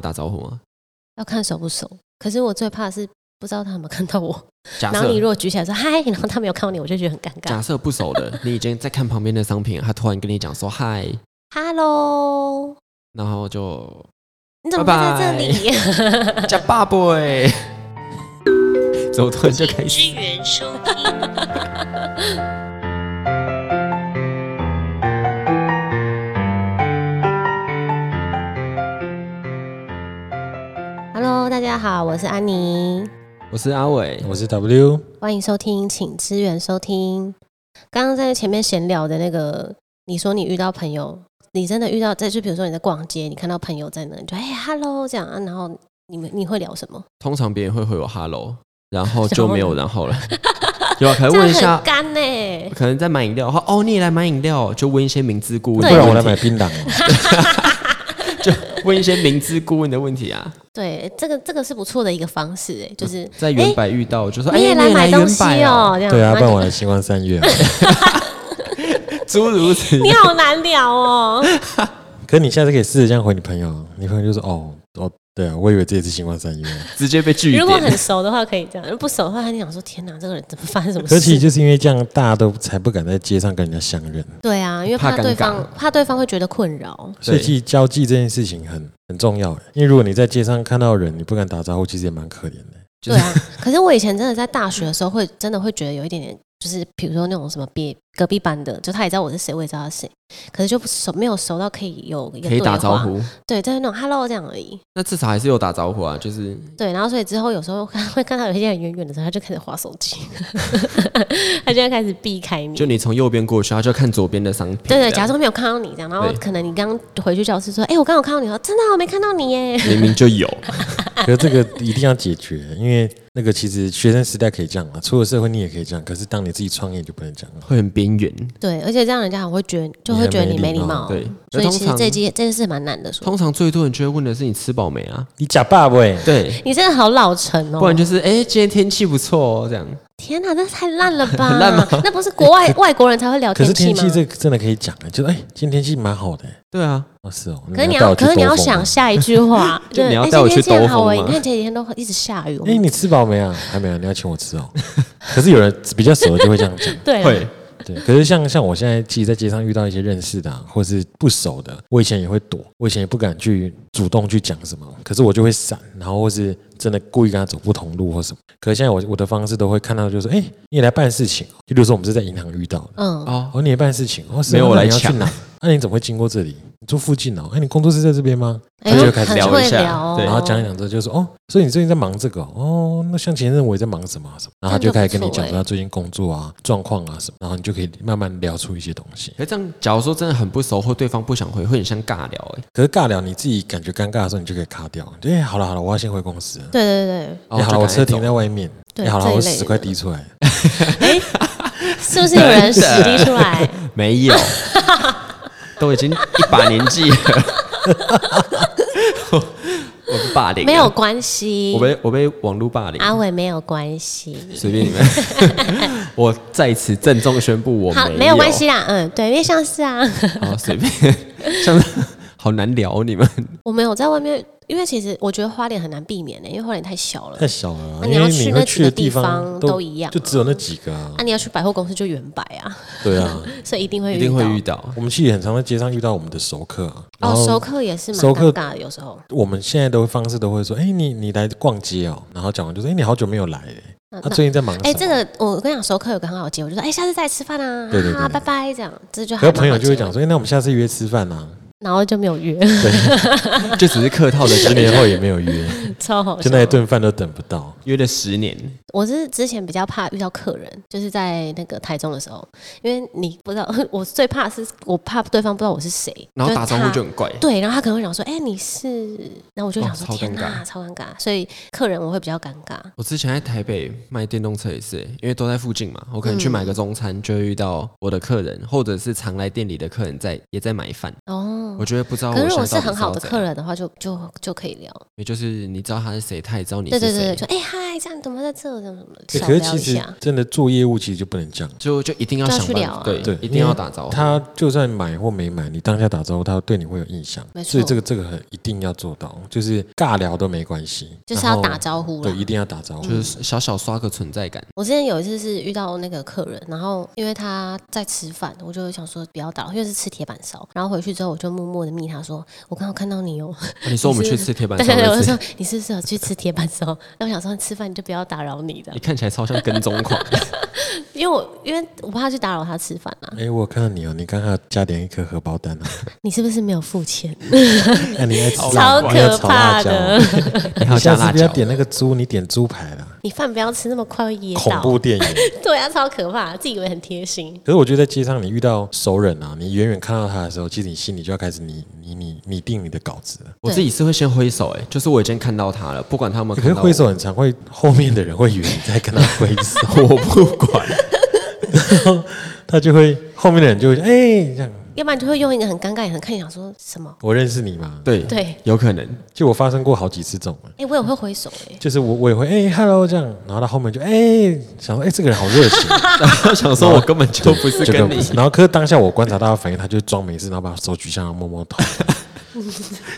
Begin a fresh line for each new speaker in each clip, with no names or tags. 打招呼吗？
要看熟不熟。可是我最怕的是不知道他有没有看到我，
假
然后你如
设
果举起来说嗨，然后他没有看到你，我就觉得很尴尬
假。设不熟的，你已经在看旁边的商品，他突然跟你讲说嗨，
Hello，
然后就
你怎么会在这里？
叫爸 boy，怎么突然 就开始？
支援收听。
Hello，大家好，我是安妮，
我是阿伟，
我是 W，
欢迎收听，请支援收听。刚刚在前面闲聊的那个，你说你遇到朋友，你真的遇到，再就比如说你在逛街，你看到朋友在那，你就哎、Hello 这样，啊、然后你们你会聊什么？
通常别人会回我 hello，然后就没有然后了。有啊，可能
这样
问一
很
下，
干欸呢、
可能在买饮料，哦，你也来买饮料，就问一些明知故问
对
的
不
问
然
题，
我来买槟榔哦。
就问一些明知故问的问题啊。
对，这个这个是不错的一个方式、哎， 就是
在原百遇到，我就说嗯哎，
你也来买东
原
西
百
哦、，这样
对啊，
然后
不然
就
我来星光三 月嘛。哦
诸如此
你好难 聊哦、
可是你下次可以试着这样回你朋友，你朋友就说哦哦，对啊，我以为这也是星光三月。哦
直接被拒
如果很
点。
熟的话可以这样，如果不熟的话，他就想说天哪，这个人怎么发生什么
可是其
事
实？就是因为这样，大家都才不敢在街上跟人家相认。
对啊，因为
怕
怕对
尴尬
方怕对方会觉得困扰。
所以其实交际这件事情很很重要欸，因为如果你在街上看到人，你不敢打招呼，其实也蛮可怜的。
就
对
是
啊，可是我以前真的在大学的时候会，真的会觉得有一点点，就是比如说那种什么别隔壁班的，就他也知道我是谁，我也知道他是谁，可是就不熟没有熟到可以有一个
可以打
对
招
话，
呼，
对，就是那种 hello 这样而已。
那至少还是有打招呼啊，就是
对，然后所以之后有时候看会看到有些人远远的时候，他就开始划手机， 他就会开始避开你。
就你从右边过去，他就看左边的商品。
对对，
这
假
样
装没有看到你这样，然后
对
可能你刚回去教室说，哎、我刚好看到你哦，真的、哦、我没看到你 耶。
明明就有，
可是这 个一定要解决，因为那个其实学生时代可以这样嘛，出了社会你也可以这样，可是当你自己创业就不能这样了。
会很边缘。
对，而且这样人家还会觉得，就会觉得你没礼貌。
对，
哦所以
而通
其实
常
这件这件事蛮难的说。
通常最多人就会问的是你吃饱没啊？
你假爸喂，
对，
你真的好老成哦！
不然就是哎、今天天气不错哦，这样
天哪，这太烂了吧？
很烂吗
那不是国外外国人才会聊
可是
气
天
吗？
气这个真的可以讲啊，就是哎、今天天气蛮好的、
对啊，
哦，是哦。
可是你
带
要，
我去
可是你
兜
要
风啊
想
吗，
下一句话，
就
对
你要
哎
带我
今天
去
天
兜
好
风
哎
吗
你看前几天都一直下雨，我
哎、
们
你吃饱没啊？还没有，你要请我吃哦。 可是有人比较熟的就会这样讲，
对啊啦
会
对。可是像像我现在，其实在街上遇到一些认识的、啊、或是不熟的，我以前也会躲，我以前也不敢去主动去讲什么，可是我就会闪，然后或是真的故意跟他走不同路或什么。可是现在我我的方式都会看到，就是哎、你也来办事情哦，就比如说我们是在银行遇到的，
嗯，
哦，
哦，你也办事情，哦，是
没有
哦
我
那
来
你要去
抢
哪？那、你怎么会经过这里？你住附近哦？哎、你工作室在这边吗？
哎
他
呦
就开始
很
聊
会
一下
聊哦
对
然后讲一讲之后就说哦，所以你最近在忙这个哦，哦那像前任我也在忙什么啊什么，然后他就开始跟你
这
讲
样就不错欸
说他最近工作啊、状况啊什么，然后你就可以慢慢聊出一些东西。
可是这样，假如说真的很不熟，或对方不想回，会很像尬聊哎、
可是尬聊你自己感觉尴尬的时候，你就可以卡掉。就哎，好了好了，我要先回公司了。
对对对
哦
哎好了，
就赶快
我车停在外面。
对
哎好了，
这一
我
类的
十块滴出来。
对，是不是有人实力出来？
走没 有，都已经一把年纪了，我我被霸凌了
没有，关 系，
我被我被网络霸凌，
阿伟没有关系。
随便你们， 我在此郑重宣布我
好，
没
没有关系啦，嗯，对，因为像是啊，
好，随便，像是好难聊哦你 们，
我没有在外面，因为其实我觉得花莲很难避免的、因为花莲太小了
太。小了啊，
那你
因
要
为
去
你
那
会
几
去
个
的
地
方
方都一样
就只有那几个啊
啊，。你要去百货公司就原百啊，
对啊，
所以一定会
一定
遇
会
到。
遇到。
我们其实也很常在街上遇到我们的熟客啊。然
哦，
后
熟客也是蛮
熟
尴
客
尬的，有时候。
我们现在的方式都会说，哎，你你来逛街哦，然后讲完就说，哎，你好久没有来嘞，
那
他
那
最近在忙什么？
哎，这个我跟你讲，熟客有个很好接，我就说，哎，下次再吃饭啊，
对对
哈哈，
对
拜拜，这样，这就
可
还
是
蛮
朋友
好
就会
接
讲
的，
说，哎那我们下次约吃饭 啊。
然后就没有约，
就只是客套的
十
十
年
年，
后也没有约，
超好笑
就。那一顿饭都等不到。
约了十年，
我是之前比较怕遇到客人，就是在那个台中的时候，因为你不知道， 我最怕是我怕对方不知道我是谁，
然后打招呼
是
就
他
很怪。
对，然后他可能会想说，哎、你是，然后我就想说，
哦超
天
尴
哪，超尴尬，所以客人我会比较尴尬，
我之前在台北卖电动车也是，因为都在附近嘛，我可能去
嗯
买个中餐就会遇到我的客人，或者是常来店里的客人在也在买饭，
哦，
我觉得不知道我
可是如
现
果
在到底
是很好的
要怎
客
样，
人的话，就就就可以聊。
也就是你知道他是谁，他也知道你
对
是谁，
对对，就哎嗨，这样怎么在这？怎么怎么
欸
小
可是
聊
其
一
实
下？
真的做业务其实就不能这样。
就就一定要
就要
想
去
办
聊
法
啊
对
对
一定要打招呼。
他就算买或没买，你当下打招呼，他对你会有印象。
没错
所以这个这个很一定要做到，就是尬聊都没关系，
就是要
然后
打招呼啦
对，。一定要打招呼。
就是小小刷个存在感，
我之前有一次是遇到那个客人，然后因为他在吃饭，我就想说不要打扰，因为是吃铁板烧。然后回去之后，我就默默的密他说：“我刚刚看到你哦。
啊你说我们
你
去
是
吃铁”板
对
烧
对对，我
那
就
次
说，：“你是不是有去吃铁板烧？” 那我想说吃饭你就不要打扰你的
你，看起来超像跟踪 狂，
因为我因为我怕去打扰他吃饭啊。
哎、我有看到你哦，你刚刚加点一颗荷包蛋 啊，
你是不是没有付钱？啊
那、你爱吃
超
辣你要
可
炒辣
怕
椒
的
哦。！
还有 加
你下次
辣
不要
椒，
点那个猪，你点猪排啦，
你饭不要吃那么快会噎
恐
到。
怖电影。
对啊，超可怕，自以为很贴心。
可是我觉得在街上你遇到熟人啊，你远远看到他的时候，其实你心里就要开始拟拟拟拟定你的稿子了。
我自己是会先挥手，哎，就是我已经看到他了，不管他们
可是挥，手很常会，后面的人会以为你在跟他挥手，
我不 管，
他就会后面的人就会哎、这样，
要不然就会用一个很尴尬、也很看你想说什么。
我认识你嘛？，
对
对，
有可能
就我发生过好几次这种，
哎、我也会挥手哎、
就是我我也会哎、hello 这样，然后他后面就哎、想说哎、这个人好 热情，
我想说，我根本就不是
这个
跟
不
你
是。然后可是当下我观察到他的反应，他就装没事，然后把手举向他摸摸头，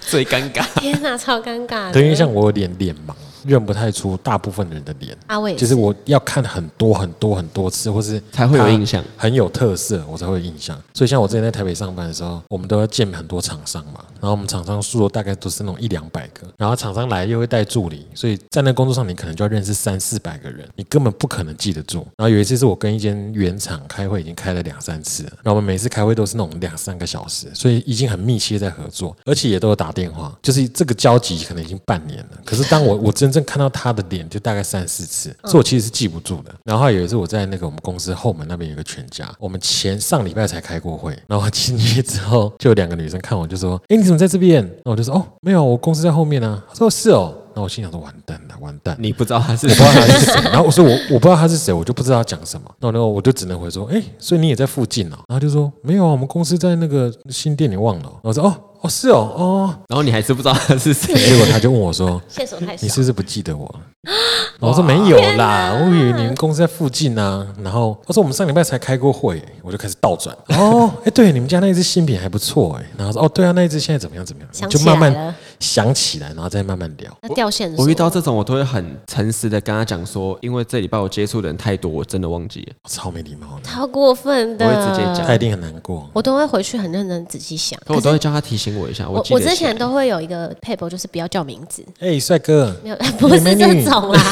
最尴 尬。
天哪、超尴 尬的。
啊对，因为像我有点脸盲，认不太出大部分人的脸。
阿伟，
就是啊我要看很多很多很多次，或是
才会有
它
印象
很有特色，我才会有印象。所以像我之前在台北上班的时候，我们都要见很多厂商嘛，然后我们厂商数大概都是那种一两百个，然后厂商来又会带助理，所以在那工作上你可能就要认识三四百个人，你根本不可能记得住。然后有一次是我跟一间原厂开会，已经开了两三次了，然后我们每次开会都是那种两三个小时，所以已经很密切在合作，而且也都有打电话，就是这个交集可能已经半年了。可是当我我真正看到他的脸，就大概三四次，所以我其实是记不住的。然后有一次我在那个我们公司后门那边有一个全家，我们前上礼拜才开过会，然后我进去之后就有两个女生看我就说：“哎，你怎么在这边？”那我就说：“哦，没有，我公司在后面啊。”她说：“是哦。”那我心想说：“完蛋了，完蛋。”
你不知道他是
我不知道他是谁， 然后我说我我不知道他是谁，我就不知道他讲什么。那我我就只能回说，哎、所以你也在附近哦？然后就说没有啊，我们公司在那个新店，你忘了哦、然后我说哦哦是哦哦，
然后你还是不知道他是谁，
结果他就问我说，
线索太少
你是，不是不记得我了？ 然后我说没有啦，我以为你们公司在附近啊。然后他说我们上礼拜才开过会，我就开始倒 转。哦，哎，对，你们家那一只新品还不错哎。然后说哦，对啊，那一只现在怎么样怎么样？
想
就
起来
慢慢
了
想起来，然后再慢慢聊。
要掉线索。
我遇到这种，我都会很诚实的跟他讲说，因为这礼拜我接触的人太多，我真的忘记了。
超没礼貌 的，
超过分的，
我会直接讲
他一定很难过。
我都会回去很认真仔细想。
可我都会叫他提醒我一下，
我
记
我
得起来
之前都会有一个 paper，就是不要叫名字，
哎、帅哥，
没有不是这种啦，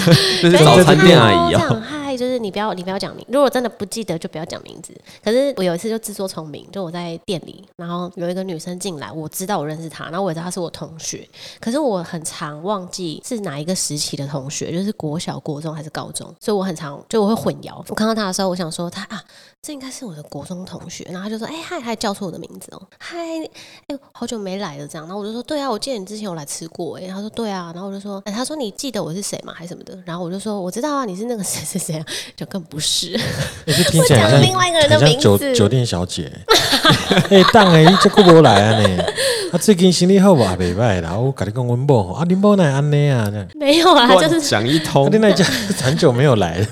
就
就是
早餐店阿姨
这样
啊，
嗨，就是你不要你不要讲名，如果真的不记得就不要讲名字。可是我有一次就自作聪明，就我在店里，然后有一个女生进来，我知道我认识她，然后我也知道她是我同学，可是我很常忘记是哪一个时期的同学，就是国小、国中还是高中，所以我很常就我会混淆。我看到她的时候，我想说她啊，这应该是我的国中同学，然后她就说哎、嗨，她还叫错我的名字哦，嗨，哎、好久没来了这样，然后我就说对啊，我记得你之前有来吃过哎、他说对啊，然后我就说哎、他说你记得我是谁吗还是什么的，然后我就说我知道啊，你是那个谁谁谁啊， 就更不是，
你是听起来
我讲
很像
了另外一个人的
很像酒
名字
酒店小姐。 哎，当哎，这顾不来啊呢。啊，最近生理好吧，袂歹啦。我跟你讲，阮某吼，啊，恁某乃安尼啊，这样。
没有啊，就
乱
是。
讲一
啊
通，
恁。那家 很久没有来了，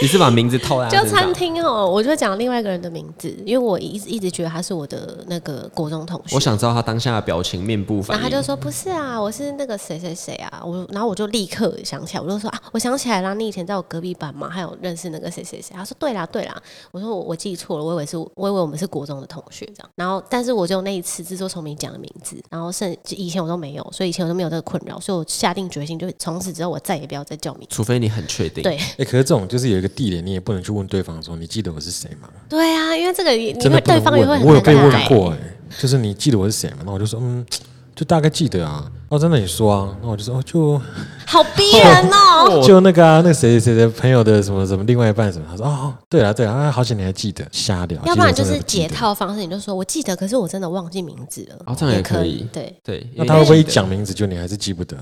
你是把名字套在他
就
身
餐
上。
厅哦，我就讲另外一个人的名字，因为我一直一直觉得他是我的那个国中同学。
我想知道他当下的表情、面部
然
反
后他就
应。
说不是啊，我是那个谁谁谁啊，我然后我就立刻想起来，我就说啊，我想起来了，你以前在我隔壁班嘛，还有认识那个谁谁啊谁。他说对啦对啦，我说我我记错了，我以为是我以为我们是国中的同学这样。然后但是我只有那一次自作聪明讲的名字，然后剩就以前我都没有，所以以前我都没有这个困扰，所以我下定决心，就从此之后我再也不要再叫名字。
除非你很确定，
对
哎、可是这种就是有一个地点，你也不能去问对方说你记得我是谁吗？
对啊，因为这个也你
真的
会
不能
对方也会
问，
很
我有
尴
被问
尬。欸
过哎、就是你记得我是谁吗？那我就说嗯，就大概记得啊。哦，真的你说啊？那我就说哦，就
好逼人 哦！
就那个啊，那谁谁的朋友的什么什么另外一半什么，他说哦，对了对了，啊，好险你还记得，瞎聊。
要不然
其
就
实我
是
真的记
解
得。
套方式，你就说我记得，可是我真的忘记名字了。
哦这样也可
可
以
对，
对，
那他会不会一
因为
讲名字就你还是记不 得？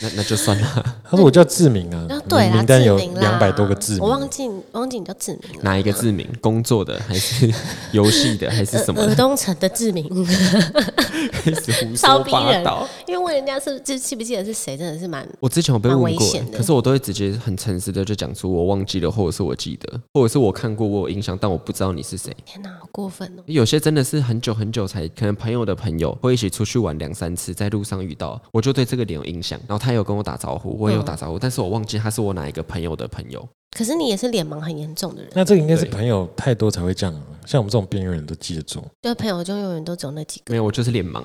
那那就算了，
他说我叫志明啊
然后，哦对啦，
名单有
志明啦
两百多个志明，
我忘记忘记你叫志明了。
哪一个字名？工作的还 是游戏的还是什么
呃
的？
东城的志明，
开始胡
呃超
说
逼
八
人
道。，
因为问人家是记记不记得是谁，真的是蛮
我之前有被
蛮
问
危
过
险，的
可是我都会直接很诚实的就讲出我忘记了，或者是我记得，或者是我看过我有印象，但我不知道你是谁。
天哪，好过分哦！
有些真的是很久很久才，可能朋友的朋友会一起出去玩两三次，在路上遇到，我就对这个脸有印象，然后他有跟我打招呼，
嗯
我也有打招呼，但是我忘记他是我哪一个朋友的朋友。
可是你也是脸盲很严重的人，
那这个应该是
对
朋友太多才会这样啊，像我们这种边缘人都记得住。
就是朋友就永远都只有那几个
没。有，我就是脸 盲，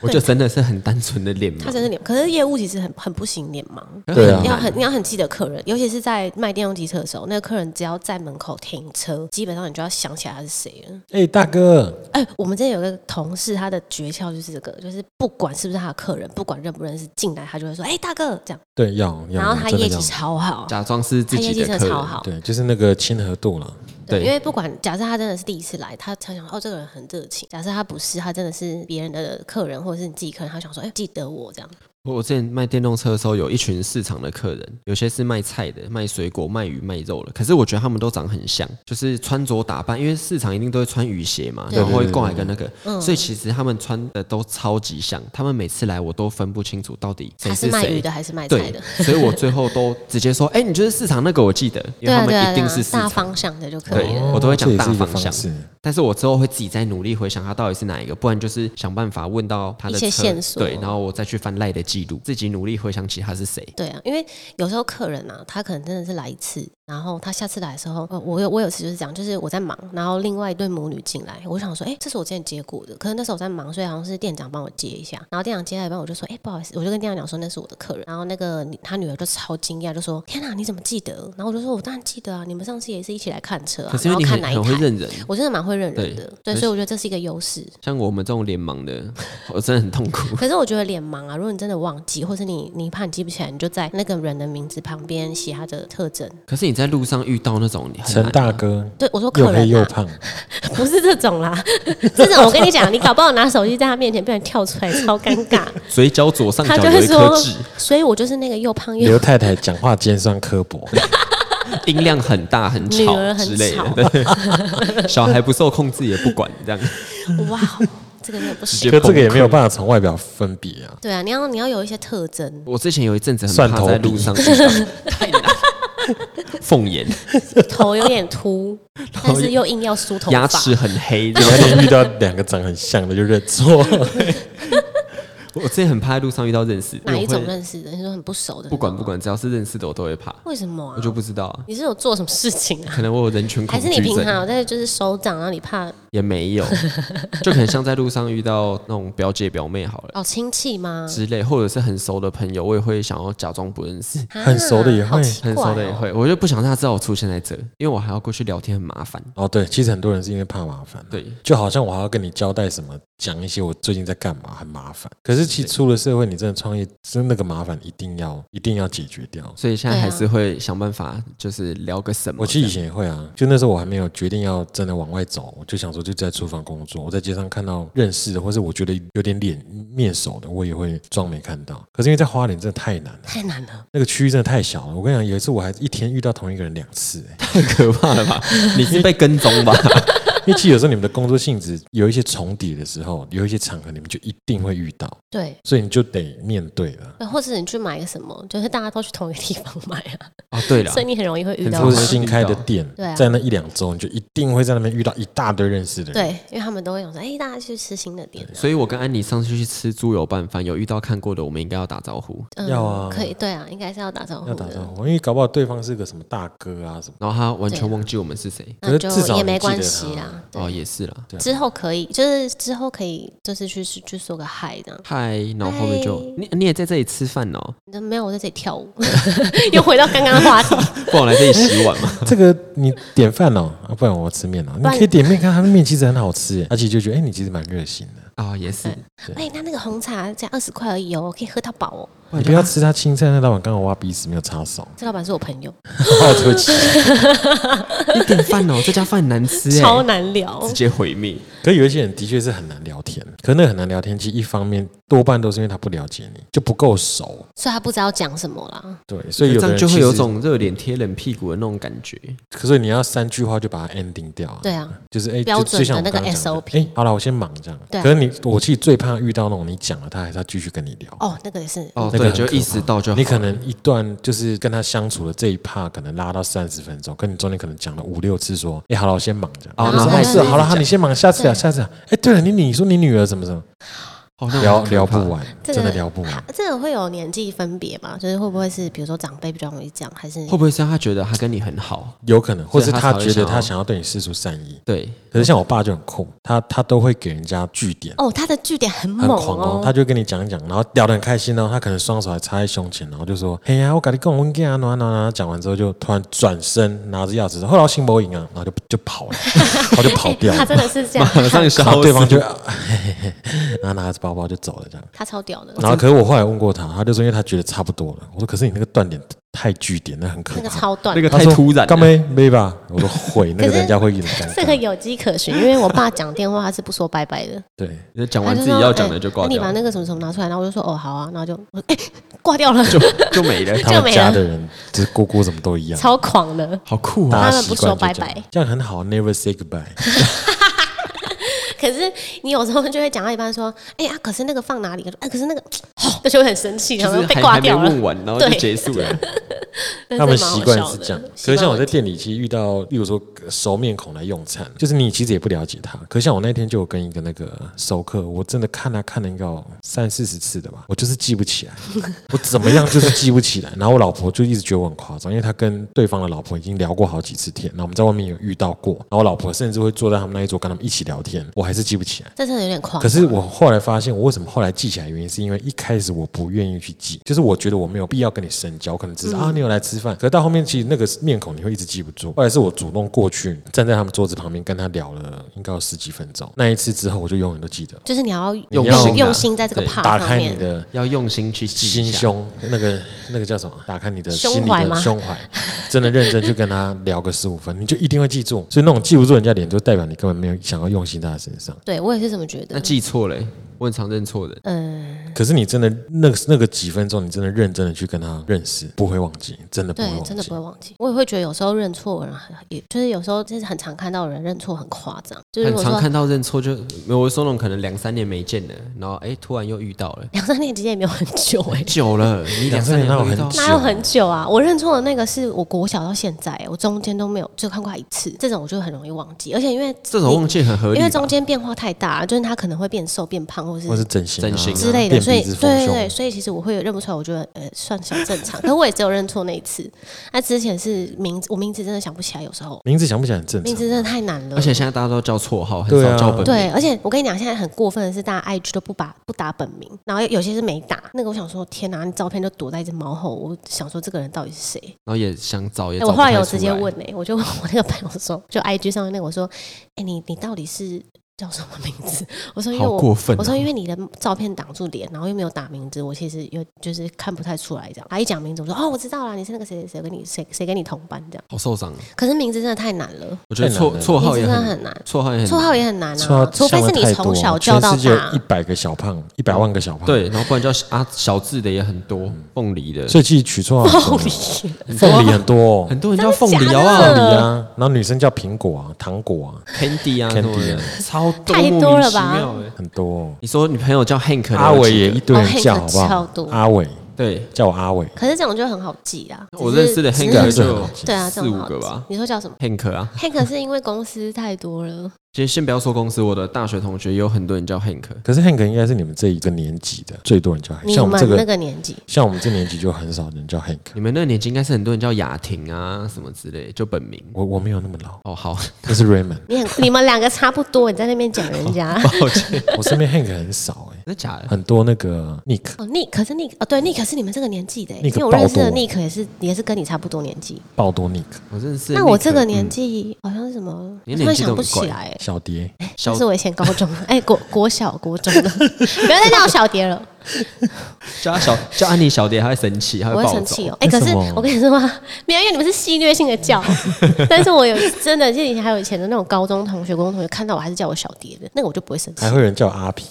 我就真的是很单纯的脸
他
盲。
真是脸，可是业务其实很很不行脸盲，
对啊
要
难
很你要很记得客人，尤其是在卖电动机车的时候，那个客人只要在门口停车，基本上你就要想起来他是谁了。
哎，大哥，
哎、我们之前有一个同事，他的诀窍就是这个，就是不管是不是他的客人，不管认不认识，进来他就会说：“哎、大哥！”这样，
对，要要，
然后他
真的
业绩
要，
超好，
假装是
他
自
业
己
绩
的
真
客
的
人
超，好。
对，就是那个亲和度了。
对，
对
因为不管假设他真的是第一次来，他他想哦这个人很热情；假设他不是，他真的是别人的客人或者是你自己客人，他想说哎、记得我这样。
我我之前卖电动车的时候，有一群市场的客人，有些是卖菜的、卖水果、卖鱼、卖肉的。可是我觉得他们都长很像，就是穿着打扮，因为市场一定都会穿雨鞋嘛，
对
然后会挂一个那个，
嗯
所以其实他们穿的都超级像。他们每次来，我都分不清楚到底谁
他是卖
谁
鱼。的还是卖菜
对
的？，
所以我最后都直接说：“哎、你就是市场那个，我记得，因为
对啊
他
对啊
们一
对
定
啊
是市
大
场。
方向的就可以
对
了。
我都会讲
哦这也
大
是一个
方向
式
但是我之后会自己再努力回想他到底是哪一个，不然就是想办法问到他的
一些
车
线索
对，然后我再去翻赖的记录，自己努力回想起他是谁。
对啊，因为有时候客人啊，他可能真的是来一次，然后他下次来的时候，呃我有我有次就是这样，就是我在忙，然后另外一对母女进来，我想说，哎，这是我之前接过的，可是那时候我在忙，所以好像是店长帮我接一下，然后店长接来一半，我就说，哎，不好意思，我就跟店长讲说那是我的客人，然后那个你他女儿就超惊讶，就说，天哪，你怎么记得？然后我就说我当然记得啊，你们上次也是一起来看车啊
可，是因
然后
为你
看
很
哪一
很会
台。
认人，
我真的蛮会认人
对
的，
可
对，
是
所以我觉得这是一个优势。
像我们这种脸盲的，我真的 很痛苦。
可是我觉得脸盲啊，如果你真的忘记，或是你你怕你记不起来，你就在那个人的名字旁边写他的特征。
可是你在路上遇到那种很
陈
难啊
大哥
对，我说
又
客
黑
人
又
啊，
胖，
不是这种啦，这种我跟你讲，你搞不好拿手机在他面前被人跳出来，超尴 尬。
嘴角左上
他
角
就
有
会
一
说
颗痣，，
所以我就是那个又胖又
刘 太太讲话尖酸刻薄，
音量很大很
女
吵
儿很
之类的， 对小孩不受控制也不管这样。
哇，这个真的不
直接
行。
可这个也没有办法从外表分别啊。
对啊，你要你要有一些特征，
我之前有一阵子很
蒜
怕
头
在
鼻
路上遇到，太难，凤眼。
头有点 秃，但是又硬要梳头
牙
发，
齿很黑，这
然
种。
后你遇到两个长很像的就认错，
我之前很怕在路上遇到认识的，
哪一
因为我
种
会
认识的？你说很不熟的，
不管不，管，只要是认识的我都会怕，
为什么啊
我？就不知道啊，
你是有做什么事情啊？
可能我有人群 恐
还是
惧
你平常
症，
有在就是手掌，然后你怕
也没 有，就可能像在路上遇到那种表姐表妹好了
哦亲戚吗？
之类，或者是很熟的朋友，我也会想要假装不认识。
啊
很熟的也会
好奇
很
怪
熟的也
哦
会，我就不想让他知道我出现在这，因为我还要过去聊天，很麻烦。
哦，对，其实很多人是因为怕麻烦，
对，
就好像我还要跟你交代什么，讲一些我最近在干嘛，很麻烦。可是其实出了社会，你真的创业，真那个麻烦一定要一定要解决掉。
所以现在
对啊
还是会想办法，就是聊个什么。
我其
哦
实以前也会啊，就那时候我还没有决定要真的往外走，我就想说就在厨房工作。我在街上看到认识的，或是我觉得有点脸面熟的，我也会装没看到。可是因为在花莲真的太难了，
太难了，
那个区域真的太小了。我跟你讲，有一次我还一天遇到同一个人两 次、欸
太可怕了 吧？你是被跟踪吧？
因为其实有时候你们的工作性质有一些重叠的时候，有一些场合你们就一定会遇到，
对。
所以你就得面对了。
对或者你去买个什么，就是大家都去同一个地方买 啊，
哦，对了
所，以你很容易会遇
很
到
或
多
嘛。
是新开的店
对啊，
在那一两周，你就一定会在那边遇到一大堆认识的人。
对，因为他们都会想说，哎、大家去吃新的店、啊，
所以我跟安妮上次去吃猪油拌饭，有遇到看过的，我们应该要打招呼。
嗯
要啊
可以，对啊，应该是要打招呼
要
的，
打招呼，因为搞不好对方是个什么大哥啊什么。
然后他完全
对啊
忘记我们是谁。
那
可是至
就
少
也
你
没
记得
关
他
系啦。对
哦，也是啦。
对啊
之后可以，就是之后可以，就是去去说个嗨这样。
嗨，然后后面就
嗨
你你也在这里吃饭哦，
你都没有我在这里跳 舞，又回到刚刚的话题。
不然我来这里洗碗嘛。
这个你点饭哦，啊、不然我要吃面哦。你
然
可以点面，看他的面其实很好吃耶，而且就觉得哎、你其实蛮热心的。
哦，也是，
哎、他那个红茶加二十块而已哦，可以喝到饱哦。
你不要吃他青菜，那老板刚好挖鼻屎没有插 手，
这老板是我朋友，
哦，对不起。
一点饭哦，这家饭难吃哎，
超难聊。
直接毁灭。
可有一些人的确是很难聊天，可那个很难聊天，其实一方面多半都是因为他不了解你，就不够熟，
所以他不知道讲什么啦。
对，所以有
这
的
样
人
就会
其
有
实，
种热脸贴冷屁股的那种感觉。
可是你要三句话就把它 ending 掉、啊，
对，啊，
就是哎，
标
就
准
就像我
的那个
刚刚讲的
SOP
哎，好了，我先忙这样。
对啊
可是你，我其实最怕遇到那种你讲了，他还是要继续跟你聊。
哦，那个也是，
哦，
那个
对，
很
就
可
意识
怕
到就好。
你可能一段就是跟他相处的这一趴，可能拉到三十分钟，跟你中间可能讲了五六次说，哎，好了，我先忙这样。
哦
然后
然后
没
还
事，
是
好了，好，
讲
你先忙，下次
对
啊，下次啊。哎，对了，你你说你女儿什么什么，
哦那
聊
很可
聊
怕
不完，
这
真的
个
聊不完
啊。这个会有年纪分别嘛？就是会不会是比如说长辈比较容易讲，还是
会不会是他觉得他跟你很好？
有可能，
所
或
以
是
他
他
才会
觉得
想要
他想要对你施出善意。
对，
可是像我爸就很酷，他他都会给人家据点，
哦，他的据点很
很
猛
狂哦
哦，，
他就跟你讲一讲，然后聊得很开心哦，他可能双手还插在胸前，然后就说：“
嗯
嘿呀，我跟你讲，我跟啊，暖暖暖。”讲完之后就突然转身拿着钥匙说：“后来新博赢啊！”然后就就跑 了，然后就跑掉
哎 他
了。
真的是这样，
马上
然后
消
对方
失
就，嘿嘿嘿 然后拿着包包就走了这样。
他超屌的，
然后可是我后来问过他，他就说因为他觉得差不多了。我说可是你那个断点太据点，那很可
那个
怕。
超短
那。个
他
太
说
突然
干
了。
没没吧？我说会，那
可
个
是
人家会有点尴
这个
尬。
有迹可循，因为我爸讲电话他是不说拜 拜的，
对，
你讲
他
完
就
自己
说
要讲
哎
的就挂
那你
掉
把
了，
那个什么什么拿出来，然后我就说哦好啊，然后就我哎挂掉了，
就就没 了。
他
就
们
没
家
了
的人就是姑姑什么都 一样，
超狂的。
好酷啊！
大家
他们不
习
说
惯就
拜
这样
拜，
这样很好，never say goodbye。
可是你有时候就会讲到一半说，哎、呀、可是那个放哪里？哎、可是那个，哦，那就会很生气，
就
然后
是
被
还
挂
还没
掉了
问。完，然后就
对
结束 了。
但
他们
蛮好
习惯
笑
是
的
这样。
习
可是像
惯
我在
问题
店里，其实遇到，例如说呃熟面孔来用餐，就是你其实也不了解他。可像我那天就有跟一个那个熟客，我真的看他看了应该有三四十次的吧，我就是记不起来，我怎么样就是记不起来。然后我老婆就一直觉得我很夸张，因为她跟对方的老婆已经聊过好几次天，然后我们在外面有遇到过，然后我老婆甚至会坐在他们那一桌跟他们一起聊天，我还是记不起来。
这真的有点狂。
可是我后来发现，我为什么后来记起来，原因是因为一开始我不愿意去记，就是我觉得我没有必要跟你深交，我可能只是、啊你有来吃饭，可是到后面其实那个面孔你会一直记不住。后来是我主动过去站在他们桌子旁边跟他聊了，应该有十几分钟。那一次之后，我就永远都记得，
就是你要
用
心啊
用心在这个
对
part
打
上
开你
面，
的。
要用心去记一
心
下。
胸，那个那个叫什么？打开你的
胸
心里
怀
的
吗
胸怀，真的认真去跟他聊个十五分，你就一定会记住。所以那种记不住人家脸，就代表你根本没有想要用心在他身上。
对我也是这么觉
那
得。
记错了欸，我很常认错人。
嗯，
可是你真的那个那个几分钟，你真的认真的去跟他认识，不会忘记，真的不会
对，
忘记。
真的不会忘记。我也会觉得有时候认错人，也就是有时候就是很常看到人认错很夸张，就是
很
我
常
说
看到认错就，没有我说那种可能两三年没见了，然后哎突然又遇到了，
两三年其实也没有很久哎、
久了，你两三年
三
没
年哪有
有遇到
很久
哪有很久啊？我认错的那个是我国小到现在、我中间都没有就看过他一次，这种我就很容易忘记，而且因为
这种忘记很合理
因
吧，
为中间变化太大，就是他可能会变瘦、变胖，或是
或是整形、啊、
整形啊
之类的，
变
所以
鼻子
对
丰
对
胸，
对，所以其实我会有认不出来，我觉得呃算小正常，可我也只有认错那一次。那之前是名字，我名字真的想不起来，有时候
名字想不起来很正
名
常。
字真的太难了，
而且现在大家都叫绰号，很
对
少
啊
叫本名。
对，而且我跟你讲，现在很过分的是，大家 IG 都不把不打本名，然后有些是没打。那个我想说，天哪，你照片就躲在一只猫后，我想说这个人到底是谁？
然后也想找也
哎、
找
我
不
后来
太
有
出
直接
来
问哎、我就问我那个朋友说，就 IG 上面那个我说，哎、你你到底是叫什么名字？ 我说因为
好
我
过分哦、
我说，因为你的照片挡住脸，然后又没有打名字，我其实有就是看不太出来这样。他一讲名字，我说哦，我知道啦，你是那个谁谁谁跟你谁谁跟你同班这样。
好受伤，啊
可是名字真的太难了，
我觉得
太
绰
难了
绰
名
号
字
也
真的
很
很难，
绰号也
绰
很
号也很难
绰
啊
号，
除非是你从小叫到
全世界
大
一。百个小胖，一百万个小胖。，
对，然后不然叫小啊小字的也很多，凤梨的，
嗯所以其实取绰号
凤
很
梨
重要凤梨很多、哦，
很多人叫凤梨好
假
不
的
好
凤梨啊，然后女生叫苹果啊、糖果啊，
？Candy 啊什么
Candy
的
啊，
超多
太
莫
多
名
了
其
吧
妙欸
很多、哦。
你说你朋友叫 Hank，的
阿
我
伟
记
也
得
一堆人叫，
哦
好不
超
好？
多
阿伟
对，
叫我阿伟，
可是这种就很好记啦，
我
只是
认识的
只
Hank
个
是
就
很
有
好 记
对啊，
四
这种
五
很好
个
记
吧
你说叫什么
，Hank 啊。
？Hank 是因为公司太多了，
其实先不要说公司，我的大学同学也有很多人叫 Hank，
可是 Hank 应该是你们这一个年级的最多人叫 Hank，
你
像我
们
们这
那
个
个年纪，
像我们这年级就很少人叫 Hank。
你们那个年纪应该是很多人叫雅婷啊什么之类，就本名。
我我没有那么老，
哦，好，
那是 Raymond。
你很你们两个差不多，你在那边讲人家。
抱歉，
我身边 Hank 很少哎、
真的假的？
很多那个 Nick
哦，Nick 可是 Nick 哦，对，Nick 是你们这个年纪的耶，欸
Nick
因为我认识的
爆多啊
Nick 也是也是跟你差不多年纪。
爆多 Nick 嗯
我真的是。
那我这个年纪好像是什么，
你
我突
年
然
纪
想
都
不
很
起
怪
来耶，欸
小蝶，
小
那是我以前高中的，哎，国国小国中的， 不要再叫我小蝶 了，
叫他小叫安妮小蝶，她会生气，她
我
会
会
暴
生
走。
气哦。哎，
为
可
什
是
么
我跟你说啊， 没有，因为你们是戏虐性的叫， 但是我有真的，就以前还有以前的那种高中同学、国中同学看到我还是叫我小蝶的，那个我就不会生气
还。会有人叫我阿皮，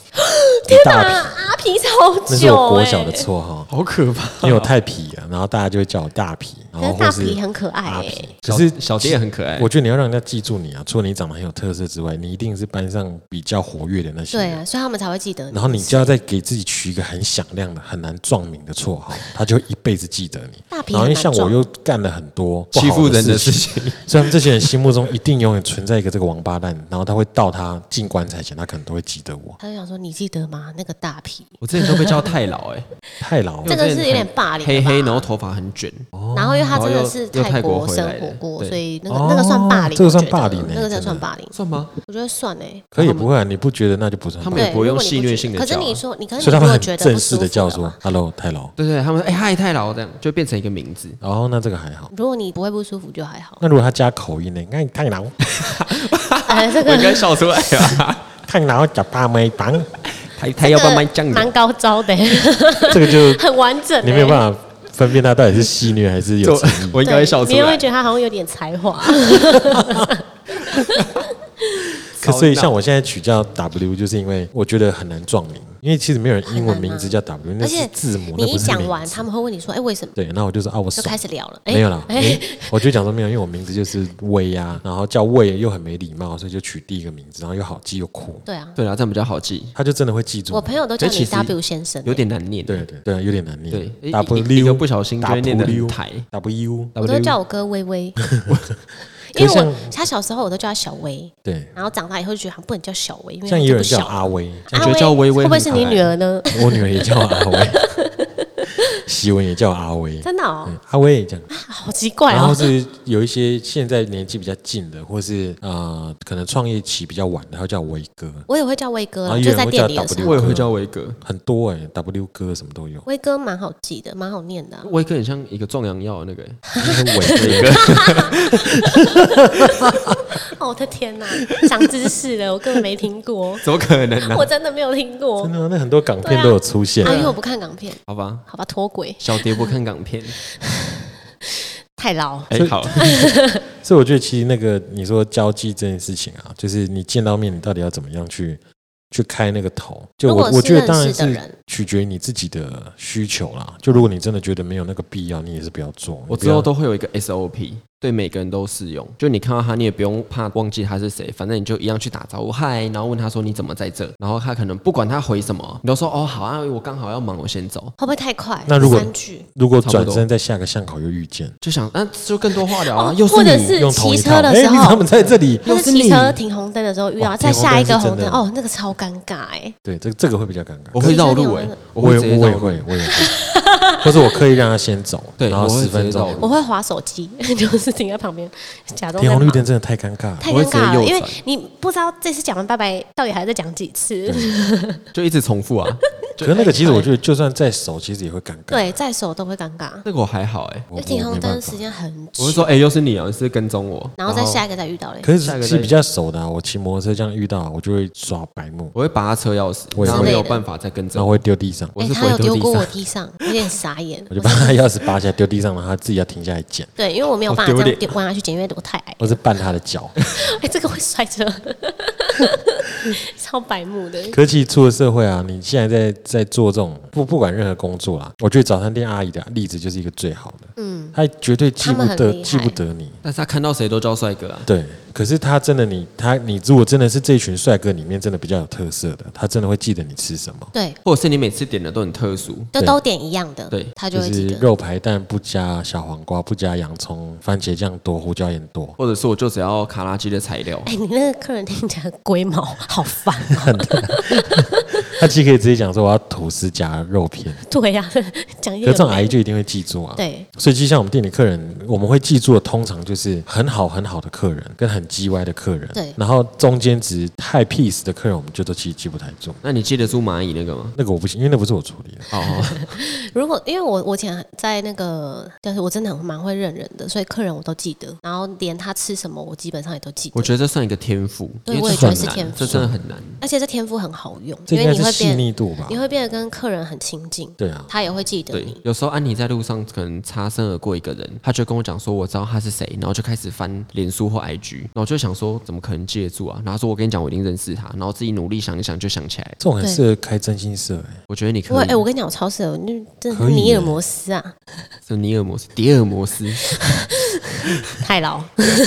天哪，
大皮，
阿皮超久、欸，
那是我国小的绰号，
好可怕！
因为我太皮了，然后大家就会叫我大皮，然
可
后
是
或
大
哦是
皮很可爱、
阿
欸，
皮。
小
可是
小蝶也很可爱。
我觉得你要让人家记住你啊，除了你长得很有特色之外，你一定是班上比较活跃的那些
对
人。
啊，所以他们才会记得你。
然后你就要再给自己取一个很响亮的、很难撞名的绰 号，他就会一辈子记得你。
大皮
然后因为像
很难
我
撞
又干了很多不好
欺负人的
事
事，情，
所以他们这些人心目中一定永远存在一个这个王八蛋，然后他会到他进棺材前，他可能都会记得我。
他就想说：“你记得吗？那个大皮，
我之前都被叫太老哎、
太老
这
了，
个是有点霸凌的
黑
吧
黑，然后头发很卷，哦
然后因为他真的是
然后又又泰国
国
回
生
来的
活过，
对
所以那个
哦
那个算霸凌，
这个算
我觉得
霸凌欸
那个真的
真的
算霸凌，
算吗？
我觉得算哎。
可也不会啊，你不觉得那就不算
他
霸
们也
对，
凌。
不会用
如果你
戏虐
觉
性的
可是
叫
你
啊
说，你可是
所以
你
他
如
们
果
很
觉得
正
不
式
舒服
的叫
话
说 “hello 太老
对对，他们说哎嗨太老这样，就变成一个名字”，。
哦，那这个还好。
如果你不会不舒服就还好。
那如果他加口音呢？那太老，
呃，这
我应
个
该笑出来了。
太老假八枚棒，
他他要慢慢降
蛮
的，
高招的，欸
这个就
很完整欸。
你没有办法分辨他到底是戏虐还是有
就
诚意。
我应该会笑
对，
出
你也会
来。
觉得他好像有点才华。
可所以像我现在取叫 W，就是因为我觉得很难撞名，因为其实没有人英文名字叫 W，那
嗯而
是
且
字母，
你
那不
一
是
讲
名
完，
字。
他们会问你说：“哎，为什么
对，那我就说啊，我？”
就
爽
开。始聊了。哎
没有啦，
哎
没，我就讲说没有，因为我名字就是魏啊，然后叫魏又很没礼貌，所以就取第一个名字，然后又好记又酷，
对啊，
对啦，这样比较好记，
他就真的会记住
我
你。
朋友都叫
可是其
你
实
W 先生欸，
有点难念。
对对对，有点难念
对，。一一一
W
个不小心就会念的很台。
W
我
W
都叫我哥微 微，
可
因为
像
我他小时候我都叫他小微，
对，
然后长大以后就觉得他不能叫小微，因为
像也有
他
人
就不
叫
小啊
阿威，
我觉得叫微微
会不会
很
是
可
你
爱
女儿呢？
我女儿也叫阿威， 习文也叫阿威，
真的哦，
嗯阿威也这样。
好奇怪
然后
哦。
是有一些现在年纪比较近的，或是呃可能创业期比较晚的，他叫威哥，
我也会叫威哥
然
啦，
后
就
有
是在
人会
店
叫
里的时候，
W
我也会叫威哥，
很多哎、w 哥什么都有
，威哥蛮好记的，蛮好念的啊。
威哥很像一个壮阳药的那个欸。
就是 伟哥。
哦，我的天哪，长知识了，我根本没听 过，
怎么可能呢、
我真的没有听过
真。的啊、那很多港
对
片
啊
都有出现。
啊，因为我不看港片，
好吧，
好吧，脱轨
小蝶不看港 片。
太老。
哎、 好，
所以我觉得其实那个你说交际这件事情啊，就是你见到面，你到底要怎么样去去开那个头？就
如
我
果是
我觉得
认
当然
识的
是
人，
取决于你自己的需求啦。就如果你真的觉得没有那个必要，你也是不要做。
我
你不
之
要
后都会有一个 SOP，对每个人都适用。就你看到他，你也不用怕忘记他是谁，反正你就一样去打招呼，嗨，然后问他说你怎么在这，然后他可能不管他回什么，你都说哦好啊，我刚好要忙，我先走，
会不会太快？
那如果
三句，
如果
差不多
转身在下个巷口又遇见，
就想那、就更多话聊啊，
哦
又是
或者
你
是
用同一
骑
套，
车的时候
哎你怎么在这里？
他是
又是你
骑车停红灯的时候遇到，
哇
再下一个红
哦停
灯，
红灯是真的
哦，那个超尴尬哎。
对，这这个会比较尴
我
尬。
会绕路哎、我会
也
直接
我
绕
也
路。
会，我也会，或者我刻意让他先走，
对
然后
我会
十分
直接绕
钟
路
我会划手机， 就是停在旁边，假装
停
在
红
忙
绿。灯真的太尴尬了。
太
我会
尴
直接
尬
右
了，因为
转
你不知道这次讲完拜拜到底还在讲几次。
就一直重复 啊。
可是那个其实我觉得，就算再熟，其实也会尴尬。
对，在手都会尴尬，
那个我还好哎、
我，
因为
我
停
没
红
办
灯
法
时。间很久。
我会说哎、又是你哦、你是不是跟踪我，
然后再下一个再遇到嘞。
可
下一
是
个
是
再
比较熟的、啊，我骑摩托车这样遇到，啊我就会耍白目，
我会拔他车钥匙，
我也
然后
会
没有办法再跟
然
踪
后。会丢地上，
我
哎，
是不
他有
会
丢
丢
过
地上，
我地上，有点傻眼
我。就把他钥匙拔起来丢地上，然后他自己要停下来捡，
对，因为我没有办
好
法
丢
这
脸
样丢，弯下去捡，因为我太矮。
或是绊他的脚。
哎，这个会摔车，超白目的。
可是其实出了社会啊，你现在在在做这种不不管任何工作啦，啊我觉得早餐店阿姨的例子就是一个最好的，
嗯，
她绝对记
他
不
们很
得
厉害
记不得你。
但是他看到谁都叫帅哥啊。
对，可是她真的你她你如果真的是这群帅哥里面真的比较有特色的，她真的会记得你吃什么，
对，
或者是你每次点的都很特殊，
就都点一样的，
对
他就
就
会记
是
得。
肉排蛋不加小黄瓜，不加洋葱，番茄酱多，胡椒盐多，
或者是我就只要卡
哎
拉鸡的材料
啊哎、，你那个客人听起来很龟毛，好烦、哦。
他其实可以直接讲说我要吐司加肉片，
对呀、讲一
可
些
是这种
有
阿
的
姨就一定会记住啊。
对
所以就像我们店里客人，我们会记住的通常就是很好很好的客人跟很叽歪的客人，
对
然后中间值太 peace 的客人，我们就都其实记不太住。
那你记得住蚂蚁那个吗？
那个我不行，因为那不是我处理的。
哦哦，
如果因为我我以前在那个，但是我真的很蛮会认人的，所以客人我都记得，然后连他吃什么我基本上也都记得。
我觉得这算一个天赋，因
对
为
我
这
也
很
觉得
难，
是天赋
这真的很难。
而且这天赋很好用，
这
因
应
为
该
你
是
会
细
变，
腻度吧
你？会变得跟客人很亲近，
对啊，
他也会记得
对
你。，
有时候安妮在路上可能擦身而过一个人，她就跟我讲说我知道他是谁，然后就开始翻脸书或 IG，然后我就想说怎么可能记得住啊？然后她说我跟你讲我一定认识他，然后自己努力想一想就想起来了。
这种很
对
适合开真心社、欸，
我觉得你可
我
以，
哎、我跟你讲，我超适合，那真
可
的
以
尼
耶
尔摩斯啊，
是尼尔摩斯、迪尔摩斯，
太老。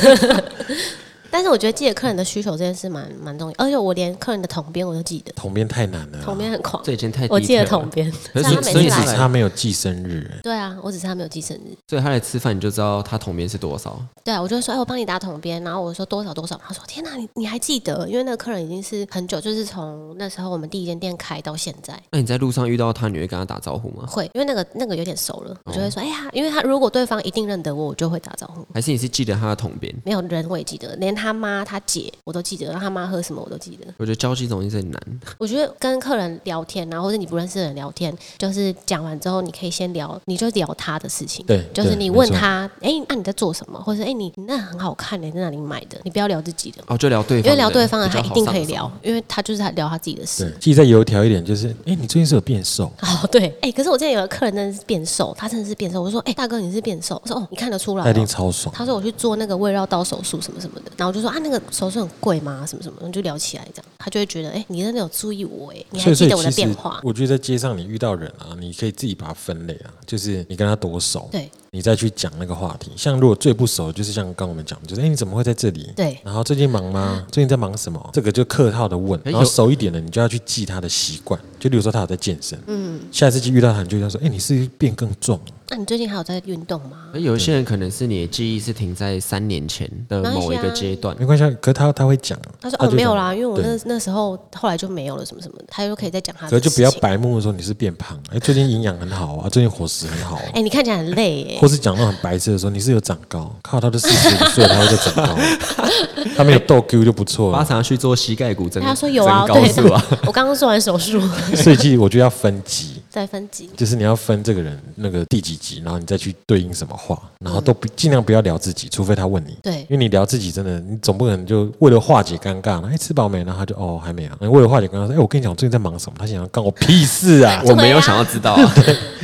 但是我觉得记得客人的需求这件事蛮蛮重要，而且我连客人的统编我都记得，
统编太难了啦。
统编很狂，
这已经太
我记
detail
得
了
统编，
可是
像
你
他每
所以
次
你
只
是
来，
是他没有寄生日、欸
对啊，我只是他没有记生日。
所以他来吃饭你就知道他桶边是多少。
对啊，我就会说，哎，我帮你打统编，然后我说多少多少，他说天哪，你你还记得？因为那个客人已经是很久，就是从那时候我们第一间店开到现在，
那你在路上遇到他，你会跟他打招呼吗？
会，因为那个那个有点熟了，我就
哦
会说，哎呀，因为他如果对方一定认得我，我就会打招呼。
还是你是记得他的桶边？
没有人我也记得，连他妈、他姐我都记得，然后他妈喝什么我都记得。
我觉得交际这种东西是很难。
我觉得跟客人聊天，啊然后或者你不认识的人聊天，就是讲完之后，你可以先聊，你就聊他的事情。
对
就是
对
你
没
问
错
他，哎，那、你在做什么？或者是哎，你你那很好看，欸你在哪里买的？你不要聊自己的。
哦，就聊对方的，
因为聊对方的
比较
他
好
一定可以
上手
聊。，因为他就是他聊他自己的
对
事。，
记得再油条一点，就是，哎、你最近是有变瘦？
哦，对，哎、可是我之前有个客人真的是变瘦，他真的是变瘦。我说，哎、大哥你是变瘦？我说，哦，你看得出来、
他一定
哦。
超爽。
他说我去做那个胃绕道手术什么什么的，然后我就说啊，那个手术很贵吗？什么什么，我们就聊起来这样，他就会觉得，哎、你真的有注意我、哎，你
所
还
以，所
记
以
得我的
其实
变化？
我觉得在街上你遇到人啊，你可以自己把它分类啊，就是你跟他多熟，
对
你再去讲那个话题。像如果最不熟，就是像刚刚我们讲，就是哎、诶你怎么会在这里？
对
然后最近忙吗？最近在忙什么？这个就客套的问。
哎
然后
有
熟一点的，你就要去记他的习惯，就比如说他有在健身，嗯，下一次就遇到他，你就要说，哎、你是不是变更重了。
那、你最近还有在运动吗？
哎而有一些人可能是你的记忆是停在三年前的某一个阶段，
没关系啊，可是他他会讲，
他说
他
哦
就
没有
讲
啦，因为我
对
那那时候后来就没有了什么什么的，他就可以再讲他
可
的
是就
事
不
情。
要白目的说你是变胖，哎、最近营养很好啊，最 近伙食很好、啊
哎、。你看起来很累耶、
或是讲那种很白痴的说你是有长高，靠，他都四十五岁，他会在长 高，他没有痘 Q 就不错
巴
了。
常去做膝盖骨增，
他说有啊，
增高
对
是吧？，
我刚刚做完手术，
所以其实我觉得要分级，
在分级。
就是你要分这个人那个第几级，然后你再去对应什么话，然后都不尽量不要聊自己，除非他问你。
对
因，为你聊自己真的，你总不可能就为了化解尴尬，哎，吃饱没？然后他就哦还没啊，为了化解尴尬说，哎，我跟你讲，我最近在忙什么？他想要干我屁事啊！
我没有想要知道、 啊，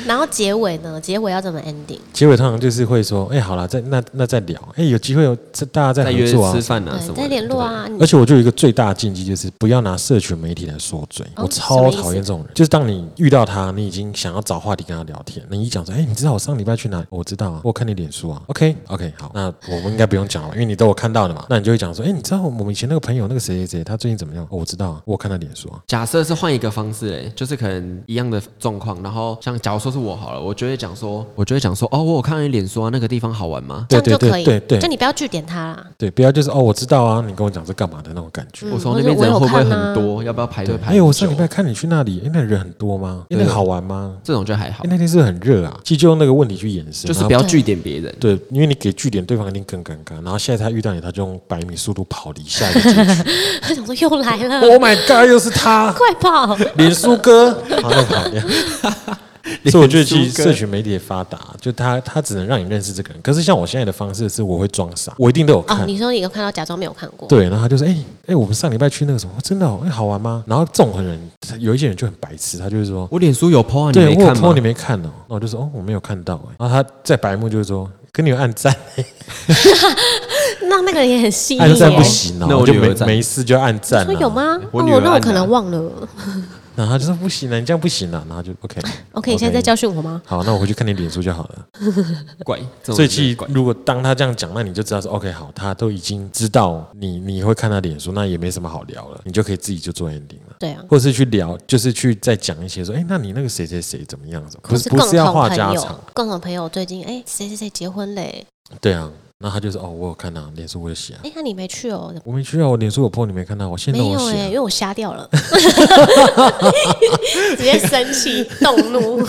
然后结尾呢？结尾要怎么 ending？
结尾通常就是会说，哎，好了，再那那再聊，哎，有机会有这大家再
再约
合作啊
吃，饭啊什
对，
么
再
的。
联络啊。你
而且我就有一个最大的禁忌，就是不要拿社群媒体来说嘴。
哦
我超讨厌这种人，就是当你遇到他，你已经想要找话题跟他聊天，你一讲说，哎、你知道我上礼拜去哪里？我知道啊，我看你脸书啊。OK OK，好，那我们应该不用讲了，因为你都有看到的嘛。那你就会讲说，哎、你知道我们以前那个朋友那个谁谁谁，他最近怎么样？哦、我知道啊，我有看他脸书啊。
假设是换一个方式、欸，就是可能一样的状况，然后像假如说是我好了，我就会讲说，我就会讲说，哦，我有看到你脸书啊，那个地方好玩吗？
这
对
样就
对
可
对
以，
对对
就你不要据点他啦。
对，不要就是哦，我知道啊，你跟我讲是干嘛的那种感觉。
我从
或
那
者
边
嗯我
人
有
会不会
看
很
啊
多？要不要排队排
哎、
很久？
我上礼拜看你去那里，哎、那人很多吗？哎、那个好玩吗？
这种就还好
哎、，那天是不是很热啊。其实就用那个问题去延伸，
就是
然后
不要据点别人。
对，因为你给据点，对方一定更尴尬。然后现在他遇到你，他就用百米速度跑离下一个街区。
他想说又来了，
oh my god，又是他，
快跑！
脸书哥，好那跑掉。所以我觉得其
脸
实
书哥
社群媒体的发达，就他他只能让你认识这个人。可是像我现在的方式是，我会装傻，我一定都有
哦，
看。
你说你有看到假装没有看过？
对，然后他就说：“哎、哎、我们上礼拜去那个什么，真的、哦、哎、好玩吗？”然后这种人，有一些人就很白痴，他就会说：“
我脸书有 po 啊，你
对，
没
我有
看
po
吗
你？没看哦。”那我就说：“哦，我没有看到、哎。”然后他在白目就会说：“跟你有暗赞。”
那那个人也很吸引
按赞不
耶。
行哦，
那
我
我
就
女
没
儿赞
没事就按赞、
说
啊。
有？吗？
我
哦
女儿，
那我
按
可
的
能忘了。
然后他就说不行了，你这样不行了，然后就 OK。
OK，你现在在教训我吗？
好，那我回去看你脸书就好了。
怪，这种
所以
人
其实
怪
如果当他这样讲，那你就知道说 OK 好，他都已经知道你你会看他脸书，那也没什么好聊了，你就可以自己就做 ending 了。
对啊，
或是去聊，就是去再讲一些说，哎、那你那个谁谁谁怎么样？怎么不
或
是
共
不是要
同
话
朋
家
友
常，，
共同朋友最近哎谁谁谁结婚嘞，
对啊，然后他就说哦，我有看到脸书我有写啊、
哎、那你没去哦？
我没去啊，我脸书有 po 你没看到，我现在
没
我
有哎、因
写、啊。
为我瞎掉 了，直接生气动怒。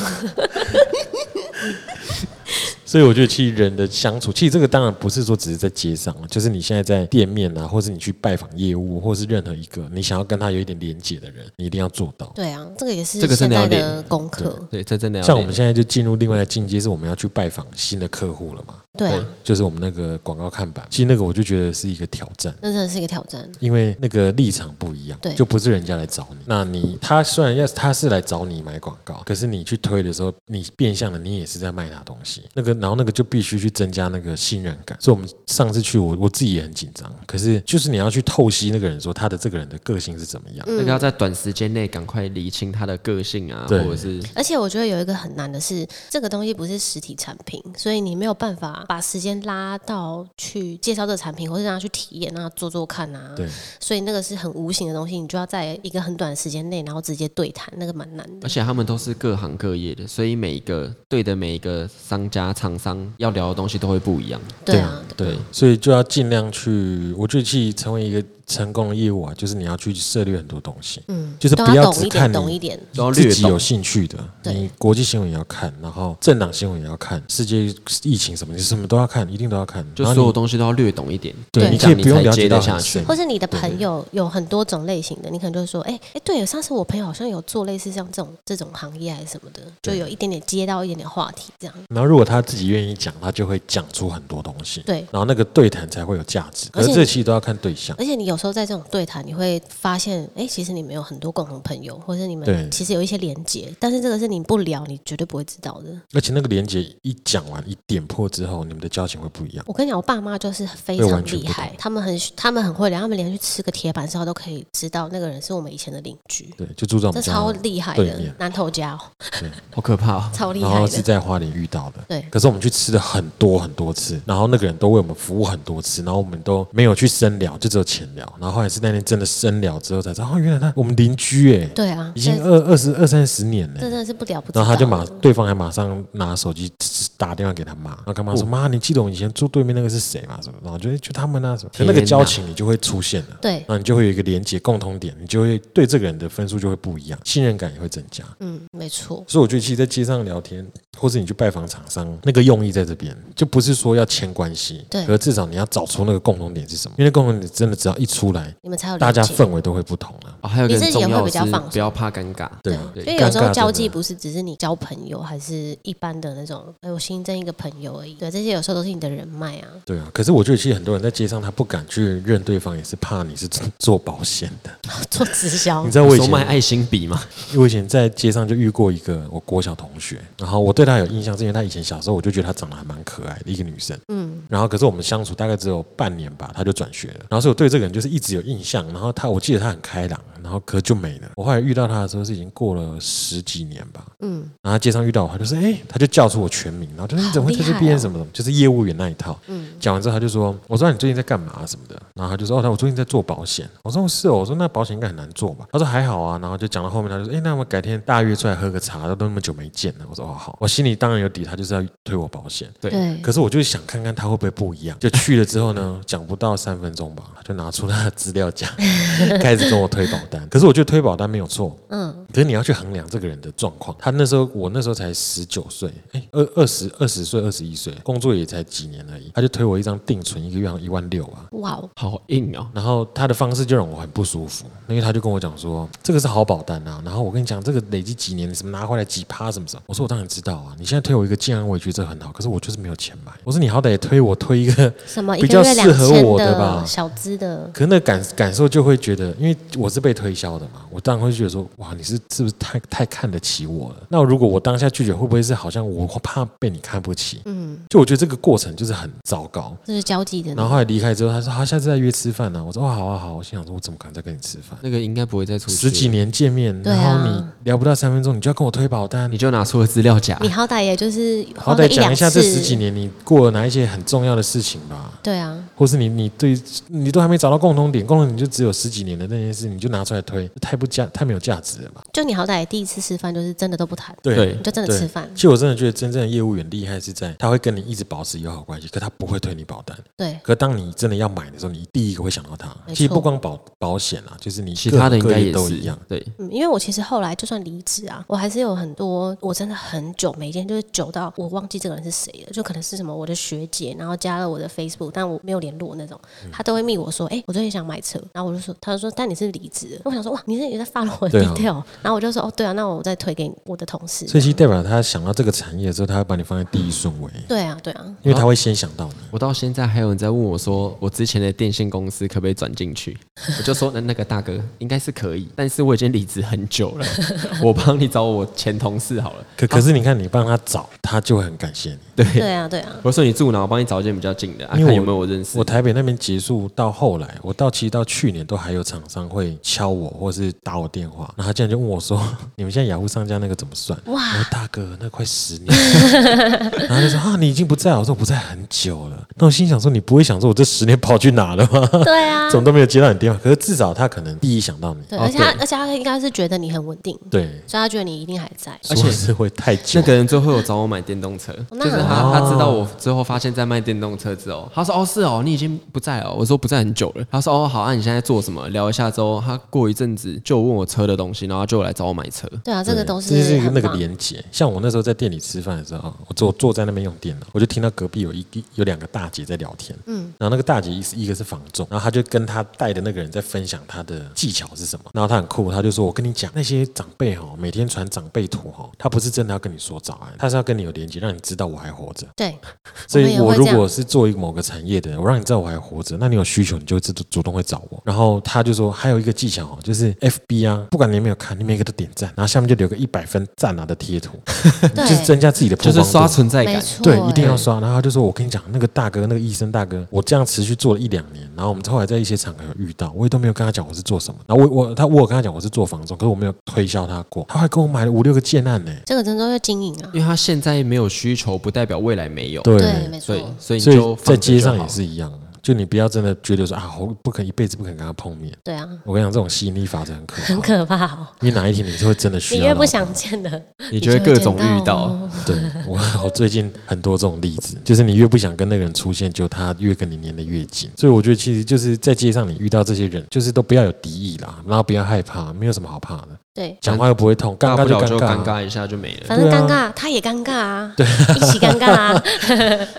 所以我觉得其实人的相处，其实这个当然不是说只是在街上，啊就是你现在在店面啊，或是你去拜访业务，或是任何一个你想要跟他有一点连接的人，你一定要做到。
对啊，这个也是
这个真
现
的要
在的
练
功课。
对，这真的要
像我们
练
现在就进入另外的境界，是我们要去拜访新的客户了嘛？
对啊，
就是我们那个广告看板，其实那个我就觉得是一个挑战。
那真的是一个挑战。
因为那个立场不一样，
对
就不是人家来找你。那你他虽然要他是来找你买广告，可是你去推的时候，你变相的你也是在卖他东西。那个然后那个就必须去增加那个信任感。所以我们上次去我我自己也很紧张，可是就是你要去透析那个人说他的这个人的个性是怎么样。
嗯
那个要在短时间内赶快理清他的个性啊，或
对
者是
而且我觉得有一个很难的是，这个东西不是实体产品，所以你没有办法把时间拉到去介绍这个产品，或是让他去体验，让他做做看啊。
对，
所以那个是很无形的东西，你就要在一个很短的时间内，然后直接对谈，那个蛮难的
而。且他们都是各行各业的，所以每一个对的每一个商家、厂商要聊的东西都会不一样。
对啊，
对，所以就要尽量去，我觉得去成为一个成功的业务啊，就是你要去涉猎很多东西，
嗯，
就是
都
不要
懂
只
一点，
看
懂
你
一点。
都要略
自己
懂
有兴趣的，
对
你国际新闻也要看，然后政党新闻也要看，世界疫情什么，你什么都要看，一定都要看。
就
然后
所
你
有东西都要略懂一点，
对，
对
你
这
可以
样你
不用
才
了
接
解
得
到
下
很
去
深。
或是你的朋友有很多种类型的，你可能就会说，哎、哎，对，有上次我朋友好像有做类似像这种这种行业还是什么的，就
对
有一点点接到一点点话题这样。
然后如果他自己愿意讲，他就会讲出很多东西。
对
然后那个对谈才会有价值。
而
可
且
是这期都要看对象。
而且你有时候在这种对谈，你会发现，哎、其实你们有很多共同朋友，或者你
对
们其实有一些连结，但是这个是你不聊，你绝对不会知道的。
而且那个连接一讲完一点破之后，你们的交情会不一样。
我跟你讲，我爸妈就是非
对
常
完全
厉
不
害
懂，
他们很他们很会聊，他们连去吃个铁板烧都可以知道那个人是我们以前的邻居，
对，就住在我
这
们家，
超厉害
对
的
面，
南头家哦、
好可怕、哦。
超厉
然
害
后是
的。
在花莲遇到的。
对，
可是我们去吃了很多很多次，然后那个人都为我们服务很多次，然后我们都没有去深聊，就只有浅聊。然后后来是那天真的深聊之后才知道，哦，原来他我们邻居哎，
对啊，
已经
这
二二十二三十年了
这。真的是不了不知道
然
的。
后他就马，对方还马上拿手机打电话给他妈，然后跟他妈
哦
说：“妈，你记得我以前住对面那个是谁吗？”什么？然后我觉得就他们啊什么，可
天
那
哪
个交情你就会出现了，
对
然，后你就会有一个连接共同点，你就会对这个人的分数就会不一样，信任感也会增加。
嗯，没错，
所以我觉得，其实在街上聊天，或是你去拜访厂商，那个用意在这边，就不是说要签关系，
对
可是至少你要找出那个共同点是什么，因为那共同点真的只要一出来，
你们才有
大
了
家
解。
氛围都会不同了、
哦，还有一个
你
很
自己
重
也会
要
比
的
较
是
放松
不要怕尴尬，
对
啊
啊，
对
因为有时候
尴尬
交
真的
际不是只是你交朋友，还是一般的那种，哎，我新增一个朋友而已。对，这些有时候都是你的人脉啊。
对啊，可是我觉得其实很多人在街上他不敢去认对方，也是怕你是做做保险的。
做直销
你，知道我以
手买
前，
爱心笔嘛，
我以前在街上就遇过一个我国小同学，然后我对她有印象，是因为她以前小时候我就觉得她长得还蛮可爱的一个女生，
嗯，
然后可是我们相处大概只有半年吧，他就转学了。然后所以我对这个人就是一直有印象。然后他，我记得他很开朗，然后可就没了。我后来遇到他的时候是已经过了十几年吧。
嗯，
然后他街上遇到我，他就说：“哎、他就叫出我全名，然后就说
好
你怎么会在
厉
这
害
边？
哦
什么什么，就是业务员那一套。”
嗯
讲完之后他就说：“我说你最近在干嘛、啊什么的？”然后他就说：“哦，那我最近在做保险。”我说：“哦是哦。”我说：“那保险应该很难做吧？”他说：“还好啊。”然后就讲到后面，他就说：“哎、那我们改天大约出来喝个茶，都那么久没见了。”我说：“哦好。”我心里当然有底，他就是要推我保险。
对
对，
可是我就是想看看他会不会不一样。就去了之后呢，讲不到三分钟吧，他就拿出他的资料夹， 开始跟我推保单。可是我觉得推保单没有错，
嗯，
可是你要去衡量这个人的状况。他那时候，我那时候才十九岁，哎，二二十二十岁，二十一岁，工作也才几年而已，他就推我一张定存，一个月一万六啊。
哇哦，
好硬哦。
然后他的方式就让我很不舒服，因为他就跟我讲说这个是好保单啊，然后我跟你讲这个累积几年什么拿回来几趴什么什么，我说我当然知道啊，你现在推我一个建安，我也觉得这很好，可是我就是没有钱买，我说你好歹也推我推一个，
什么一
比
个
较
月
适
两
合
千
我的吧，
小资的
可是那感感受就会觉得，因为我是被推销的嘛，我当然会觉得说哇你是是不是太太看得起我了？那如果我当下拒绝，会不会是好像我怕被你看不起？
嗯，
就我觉得这个过程就是很糟糕。
这是交际的那
然
种。
后后来离开之后，他说：“好、下次再约吃饭呢、啊。”我说：“哦，好啊，好啊。”我心想说：“我怎么可能再跟你吃饭？”
那个应该不会再出去了
十几，年见面，
对
然
啊
后你聊不到三分钟，你就要跟我推保单
你，就拿出了资料夹，
你好歹也就是花
好
个
歹
一
讲
两
一
次
下，这十几年你过了哪一些很重要的事情吧，
对啊，
或是你你对你都还没找到共同点，共同点就只有十几年的那件事，你就拿出来推，太不价太没有价值了吧？
就你好歹第一次吃饭就是真的都不谈，
对
对
你就真的
对
吃饭
其，实我真的觉得真正的业务员员厉害是在他会跟你一直保持友好关系，可他不会推你保单。
对，
可当你真的要买的时候，你第一个会想到他。
没错
其实不光保保险啊，就是你
其他的应该
各行各业
也
都
是
一样。。
对，
嗯，因为我其实后来就算离职啊，我还是有很多，我真的很久每天就是久到我忘记这个人是谁了，就可能是什么我的学姐，然后加了我的 Facebook，但我没有联络那种，
嗯
他都会密我说，哎、我最近想买车，然后我就说，他就说，但你是离职了，我想说，哇，你是也在发了我的
对啊
detail，、然后我就说，哦，对啊，那我再推给我的同事，
所以其实代表他想到这个产业之后，他会把你放在第一顺位，
对啊，对 啊，
因为他会先想到你。
我到现在还有人在问我说，我之前的电信公司可不可以转进去？ 我就说，那那个大哥应该是可以，但是我已经离职很久了，我帮你找我前同事好了。
可可是你看，你帮他找，他就会很感谢你。
对啊，对啊，
我说你住哪，我帮你找一间比较近的，啊、
因为
看
我
有没有我认识
我。台北那边结束到后来，我到其实到去年都还有厂商会敲我，或是打我电话，然后他竟然就问我说：“ 你们现在雅虎上架那个怎么算？”
哇
我说大哥，那快十年了。 然后他就说：“啊，你已经不在了。”我说：“我不在很久了。”那我心想说：“你不会想说我这十年跑去哪了吗？，
对啊
怎么都没有接到你电话？可是至少他可能第一想到你，
对，
哦
而且他
对
而且他应该是觉得你很稳定，
对，
所以他觉得你一定还在，
而且
说是会太久
那。个人最后有找我买电动车，
哦那
就是他，他知道我最后发现在卖电动车之后，他说：“哦，是哦，你已经不在哦。”我说：“不在很久了。”他说：“哦，好，啊，你现在做什么？”聊一下之后，他过一阵子就问我车的东西，然后他就来找我买车。
对啊，这个都
这就是是
很
那个
棒
连接。像我那时候在店里吃饭的时候，我坐坐在那边用电脑，我就听到隔壁有一有两个大姐在聊天，嗯，然后那个大姐一是一个是房仲，然后她就跟她带的那个人在分享她的技巧是什么，然后她很酷，她就说：“我跟你讲，那些长辈哦，每天传长辈图哦，他不是真的要跟你说早安，他是要跟你有连接，让你知道我还活着。
对，
所以
我
我
们也会
如
这样
果是做一个某个产业的人，我让你知道我还活着，那你有需求你就自主动会找我。然后他就说还有一个技巧哦，就是 FB 啊，不管你有没有看，你每个都点赞，然后下面就留个一百分赞啊的 贴图，
对
就是增加自己的曝
就
光度。
是刷存在
没
感，
错，
对，一定要
哎
刷。然后他就说：“我跟你讲，那个大哥，那个医生大哥，我这样持续做了一两年，然后我们后来在一些场合有遇到，我也都没有跟他讲我是做什么。然后我我他我有跟他讲我是做房仲，可是我没有推销他过，他还跟我买了五六个建案呢、
这个真的要经营啊，
因为他现在没有需求，不代表未来没有。
对
对，没错
对，，所以你就
所以在
放着
街上
就好
也是一样，啊就你不要真的觉得说啊，我不可能一辈子不肯跟他碰面。
对啊，
我跟你讲，这种吸引力法则很可怕，
很可怕哦。
因为哪一天你是会真的需
你
要。
越不，想见的，
你就会各种遇
见
到。
哦
对 我 我最近很多这种例子，就是你越不想跟那个人出现，就他越跟你粘得越紧。所以我觉得其实就是在街上你遇到这些人，就是都不要有敌意啦，然后不要害怕，没有什么好怕的，
对，
讲话又不会痛，尴
大
尬
不
就
了就
尬
尴
啊，
尬一下就没 了。
反正
对啊
尴尬，他也尴尬啊，对，一起尴尬 啊，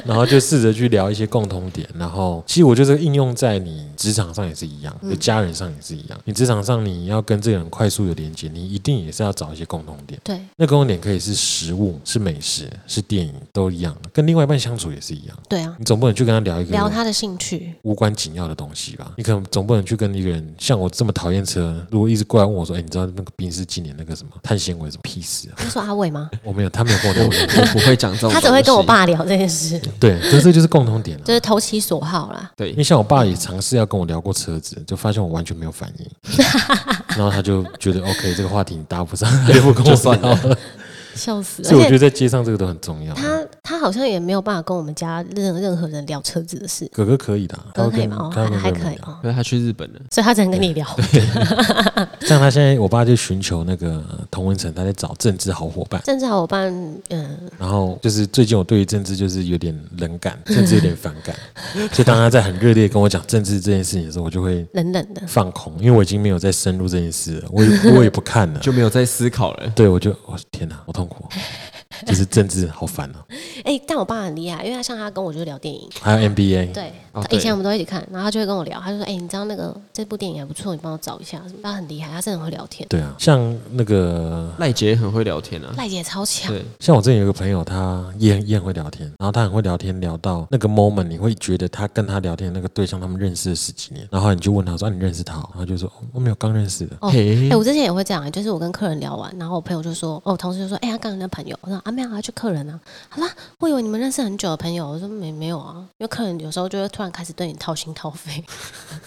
然后就试着去聊一些共同点。然后其实我觉得这个应用在你职场上也是一
嗯
样，你家人上也是一样。你职场上你要跟这个人快速的连接，你一定也是要找一些共同点。
对
那共同点可以是食物、是美食、是电影，都一样。跟另外一半相处也是一样，
对啊，
你总不能去跟他聊一个
聊他的兴趣，
无关紧要的东西吧？你可能总不能去跟一个人像我这么讨厌车，如果一直过来问我说：“哎、你知道那个宾士今年那个什么碳纤维什么屁事啊
他说阿伟
？”
吗？
我没有，他没有跟我聊过。
我不会讲这种东西，
他只会跟我爸聊这件事，
对，啊可是这就是共同点了、
就是投其所好啦。
对
因为，像我爸也尝试要跟我聊过车子，就发现我完全没有反 应，然后他就觉得 OK 这个话题你搭不上，他就不跟
就
我
算
聊了。
笑死！
所以我
而
觉
且
得在街上这个都很重要。
他他好像也没有办法跟我们家任任何人聊车子的事，
哥哥可以的啊，他
都可
会
以
跟
吗？哦
他会
还还
跟哥哥
可以
聊
哦，
因为他去日本了。
所以他只能跟你聊。
像他现在，我爸就寻求那个呃童文成，他在找政治好伙伴。
政治伙伴，嗯，
然后就是最近我对于政治就是有点冷感，甚至有点反 感。所以当他在很热烈地跟我讲政治这件事情的时候，我就会
冷冷的，
放空，因为我已经没有再深入这件事了，我也我也不看了。
就没有再思考了。
对，我就我、天哪，好痛苦哦，就是政治好烦啊。
哎、但我爸很厉害，因为他像他跟我就是聊电影，
还有 NBA，
对，
哦
他
对
以前我们都一起看，然后他就会跟我聊，他就说：“哎、你知道那个这部电影还不错，你帮我找一下。”什么他很厉害，他真的很会聊天。
对啊，像那个
赖杰很会聊天啊，
赖姐超强，
对，
像我之前有一个朋友，他也很也很会聊天，然后他很会聊天，聊到那个 moment，你会觉得他跟他聊天的那个对象，他们认识了十几年，然后你就问他说：“啊、你认识他哦？”然后就说：“哦我没有，刚认识的。
哦
嘿
哎、我之前也会这样，就是我跟客人聊完，然后我朋友就说：“哦，我同事就说，哎、他刚才那朋友，我说啊没有啊，就客人啊。”他说啊：“我以为你们认识很久的朋友。”我说：“没没有啊，因为客人有时候就会突然开始对你掏心掏肺。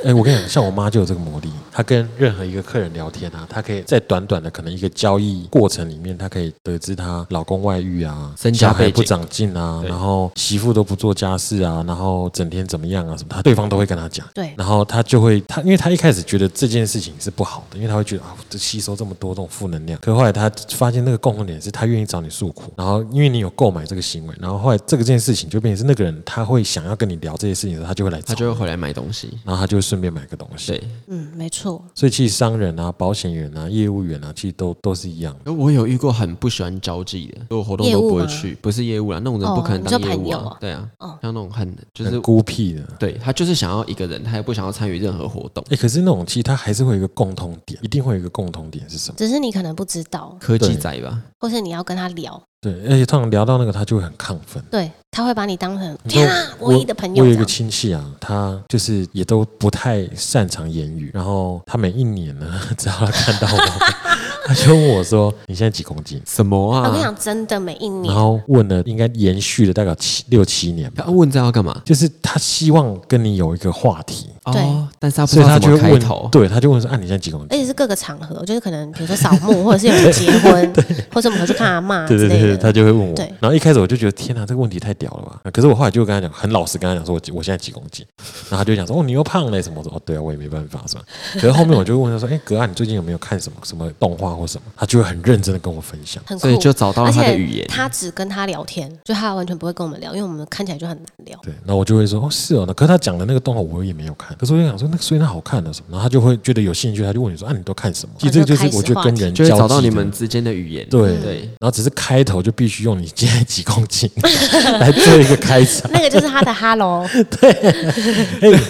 哎，我跟你讲，像我妈就有这个魔力，她跟任何一个客人聊天啊，她可以在短短的可能一个交易过程里面，她可以得知她老公外遇啊，
身家
小孩
背景
不长进啊，
对
然后媳妇都不做家事啊，然后整天怎么样啊什么，她对方都会跟她讲。”
对，
然后他就会，他因为他一开始觉得这件事情是不好的，因为他会觉得啊，我这吸收这么多这种负能量。可后来他发现那个共同点是他愿意找你诉苦，苦，然后因为你有购买这个行为，然后后来这个件事情就变成是那个人他会想要跟你聊这些事情的时候，他就会来
他
找
就会
你，
回来买东西。
然后他就会顺便买个东西。
对，
嗯，没错，
所以其实商人啊、保险员啊、业务员啊，其实都都是一样的。
可哎我有遇过很不喜欢交际的，所有活动
业
都
务
不会
吗
去，不是业务啦，那种人
哦
不可能
你说
当业务
朋友
啊
啊
对啊，
哦
像那种很就
很
是
孤僻的。
对他就是想要一个人，他也不想要参与任何活动。
哎、可是那种其实它还是会有一个共同点，一定会有一个共同点是什么？
只是你可能不知道，
科技
对
仔吧，
或是你要跟他聊，
对，而且通常聊到那个，他就会很亢奋。
对他会把你当成
你
天
说
啊，唯一的朋
我
友
有
这
一个
样。
亲戚啊，他就是也都不太擅长言语，然后他每一年呢， 只要他看到我， 他就问我说：“你现在几公斤
什么
我跟你
啊？
讲，真的每一？”
然
年，
后问了，应该延续了大概七六七年吧
他。问这要干嘛？
就是他希望跟你有一个话题，
对
哦，但是他不知
所以他
道怎
就
么
会
开
问
头，。
对，他就问说：“啊，你现在几公斤？”
而且是各个场合，就是可能比如说扫墓，或者是有人结 婚，或者我们回去看阿妈
对
之
对
类的。
对，对他就会问我
对。
然后一开始我就觉得天哪，这个问题太屌了吧！可是我后来就跟他讲，很老实跟他讲说，我我现在几公斤。然后他就讲说，哦，你又胖了什么？我说哦，对啊，我也没办法，是吧？可是后面我就问他说，哎，格啊，你最近有没有看什么什么动画或什么？他就会很认真的跟我分享。
很酷，
所以就找到了
而
他的
且
语言。
他只跟他聊天，就他完全不会跟我们聊，因为我们看起来就很难聊。
对，那我就会说哦，是哦，那可是他讲的那个动画我也没有看，可是我就想说那个所以那好看的什么，然后他就会觉得有兴趣，他就问你说啊，你都看什么？其实这
哦就
就
是开始
我觉得跟人
就会
交
找到
际
你
的
们之间的语言。
嗯
对
对，
然后只是开头就必须用你现在几公斤 来做一个开场。
那个就是他的 “hello”，
哎、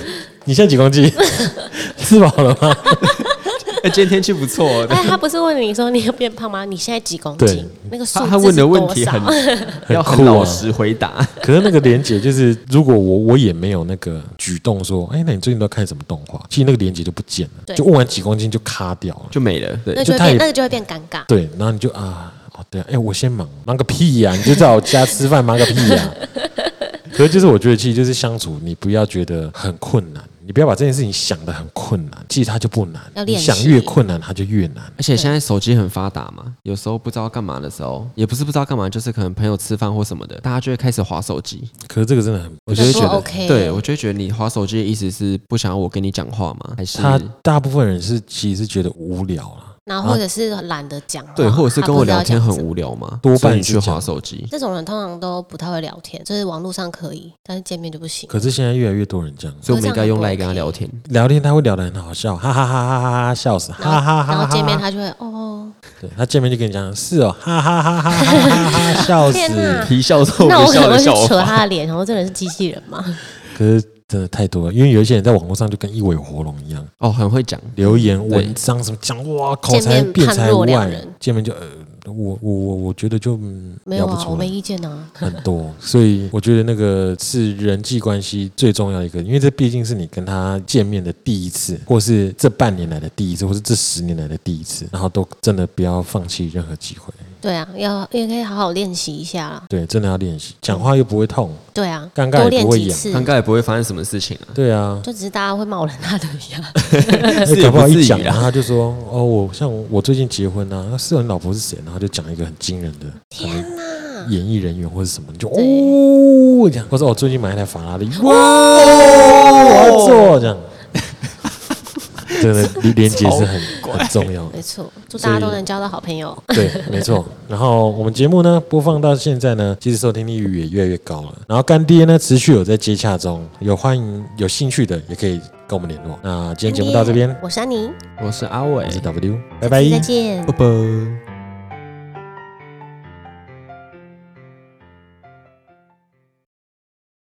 你现在几公斤？ 吃饱了吗？
哎，今天天气不错哦。
哎，他不是问你说你有变胖吗？你现在几公
对
斤？那个数
他
字
他问
是
的
多
问题
少
很要
很
很
酷
老
啊！
实回答。
可是那个连姐就是，如果我我也没有那个举动说，哎、那你最近都看什么动画？其实那个连姐就不见了，
对
就问完几公斤就卡掉了。
就没了。
那
对，
就
就
会
他
变，
也
那个就会变尴尬。
对，然后你就啊，哦对啊，哎、我先忙，忙个屁呀、你就在我家吃饭，忙个屁呀、 可是就是我觉得，其实就是相处，你不要觉得很困难，你不要把这件事情想得很困难，其实它就不难
要，
你
练习
想越困难，它就越难。
而且现在手机很发达嘛，有时候不知道干嘛的时候，也不是不知道干嘛，就是可能朋友吃饭或什么的，大家就会开始划手机。
可是这个真的很，我
我
觉
就
得
会
那
觉
不
得
OK
对我就会觉得你划手机的意思是不想要我跟你讲话吗？还是
他大部分人是其实是觉得无聊了，
然后或者是懒得讲话，
啊对，或者是
他
跟
不
我
知道
聊天
讲
很
什么
无聊吗？
多半
所以你
是
去
这样
划手机。
这种人通常都不太会聊天，就是网络上可以，但是见面就不行。
可是现在越来越多人这样
所以我们应该用赖跟他
这
聊
样很不
天，
聊天，他会聊得很好笑，哈哈哈哈哈哈，笑死，哈
然后
哈哈哈
然
哈
后
哈。
见面他就会哦，
对他见面就跟你讲是哦，哈哈哈哈哈哈哈哈，笑 死。
天哪！
皮笑肉
那
不
我可
笑
能
的
会去
笑
扯
话。
他的脸，然后这人是机器人吗？
可是真的太多了，因为有一些人在网络上就跟一尾活龙一样，
哦，很会讲，
留言文章什么讲，哇，口才
见面
辩才
判若
无
两
碍
人，
见面就呃，我我我我觉得就、嗯、
没有
聊不
啊，我
出来
没意见啊。
很多，所以我觉得那个是人际关系最重要的一个，因为这毕竟是你跟他见面的第一次，或是这半年来的第一次，或是这十年来的第一次，然后都真的不要放弃任何机会，
对啊，要也可以好好练习一下啦。
对，真的要练习，讲话又不会痛，
对啊，
尴尬也
多练
不会
几
演
次，
刚刚也不会发生什么事情啊。
对啊，
就只是大家会冒冷汗而已啊。
哎
是也
搞不好
不至
一
于
讲，
啦
然后他就说，哦，我像我最近结婚啊，那是你老婆是谁？然后就讲一个很惊人的，可能
哪！
演艺人员或者什么，你就
对
哦这样，或者我最近买一台法拉利，哇，我要做这样。真的连接是很很重要的
没，错，祝
所
大
以
家都能交到好朋友。
对，没错。然后我们节目呢播放到现在呢，其实收听率也越来越高了。然后干爹呢持续有在接洽中，有欢迎有兴趣的也可以跟我们联络。那今天节目到这边，
我是安妮，
我是阿伟
我，是 W，拜
下
拜
次，再见
拜。拜。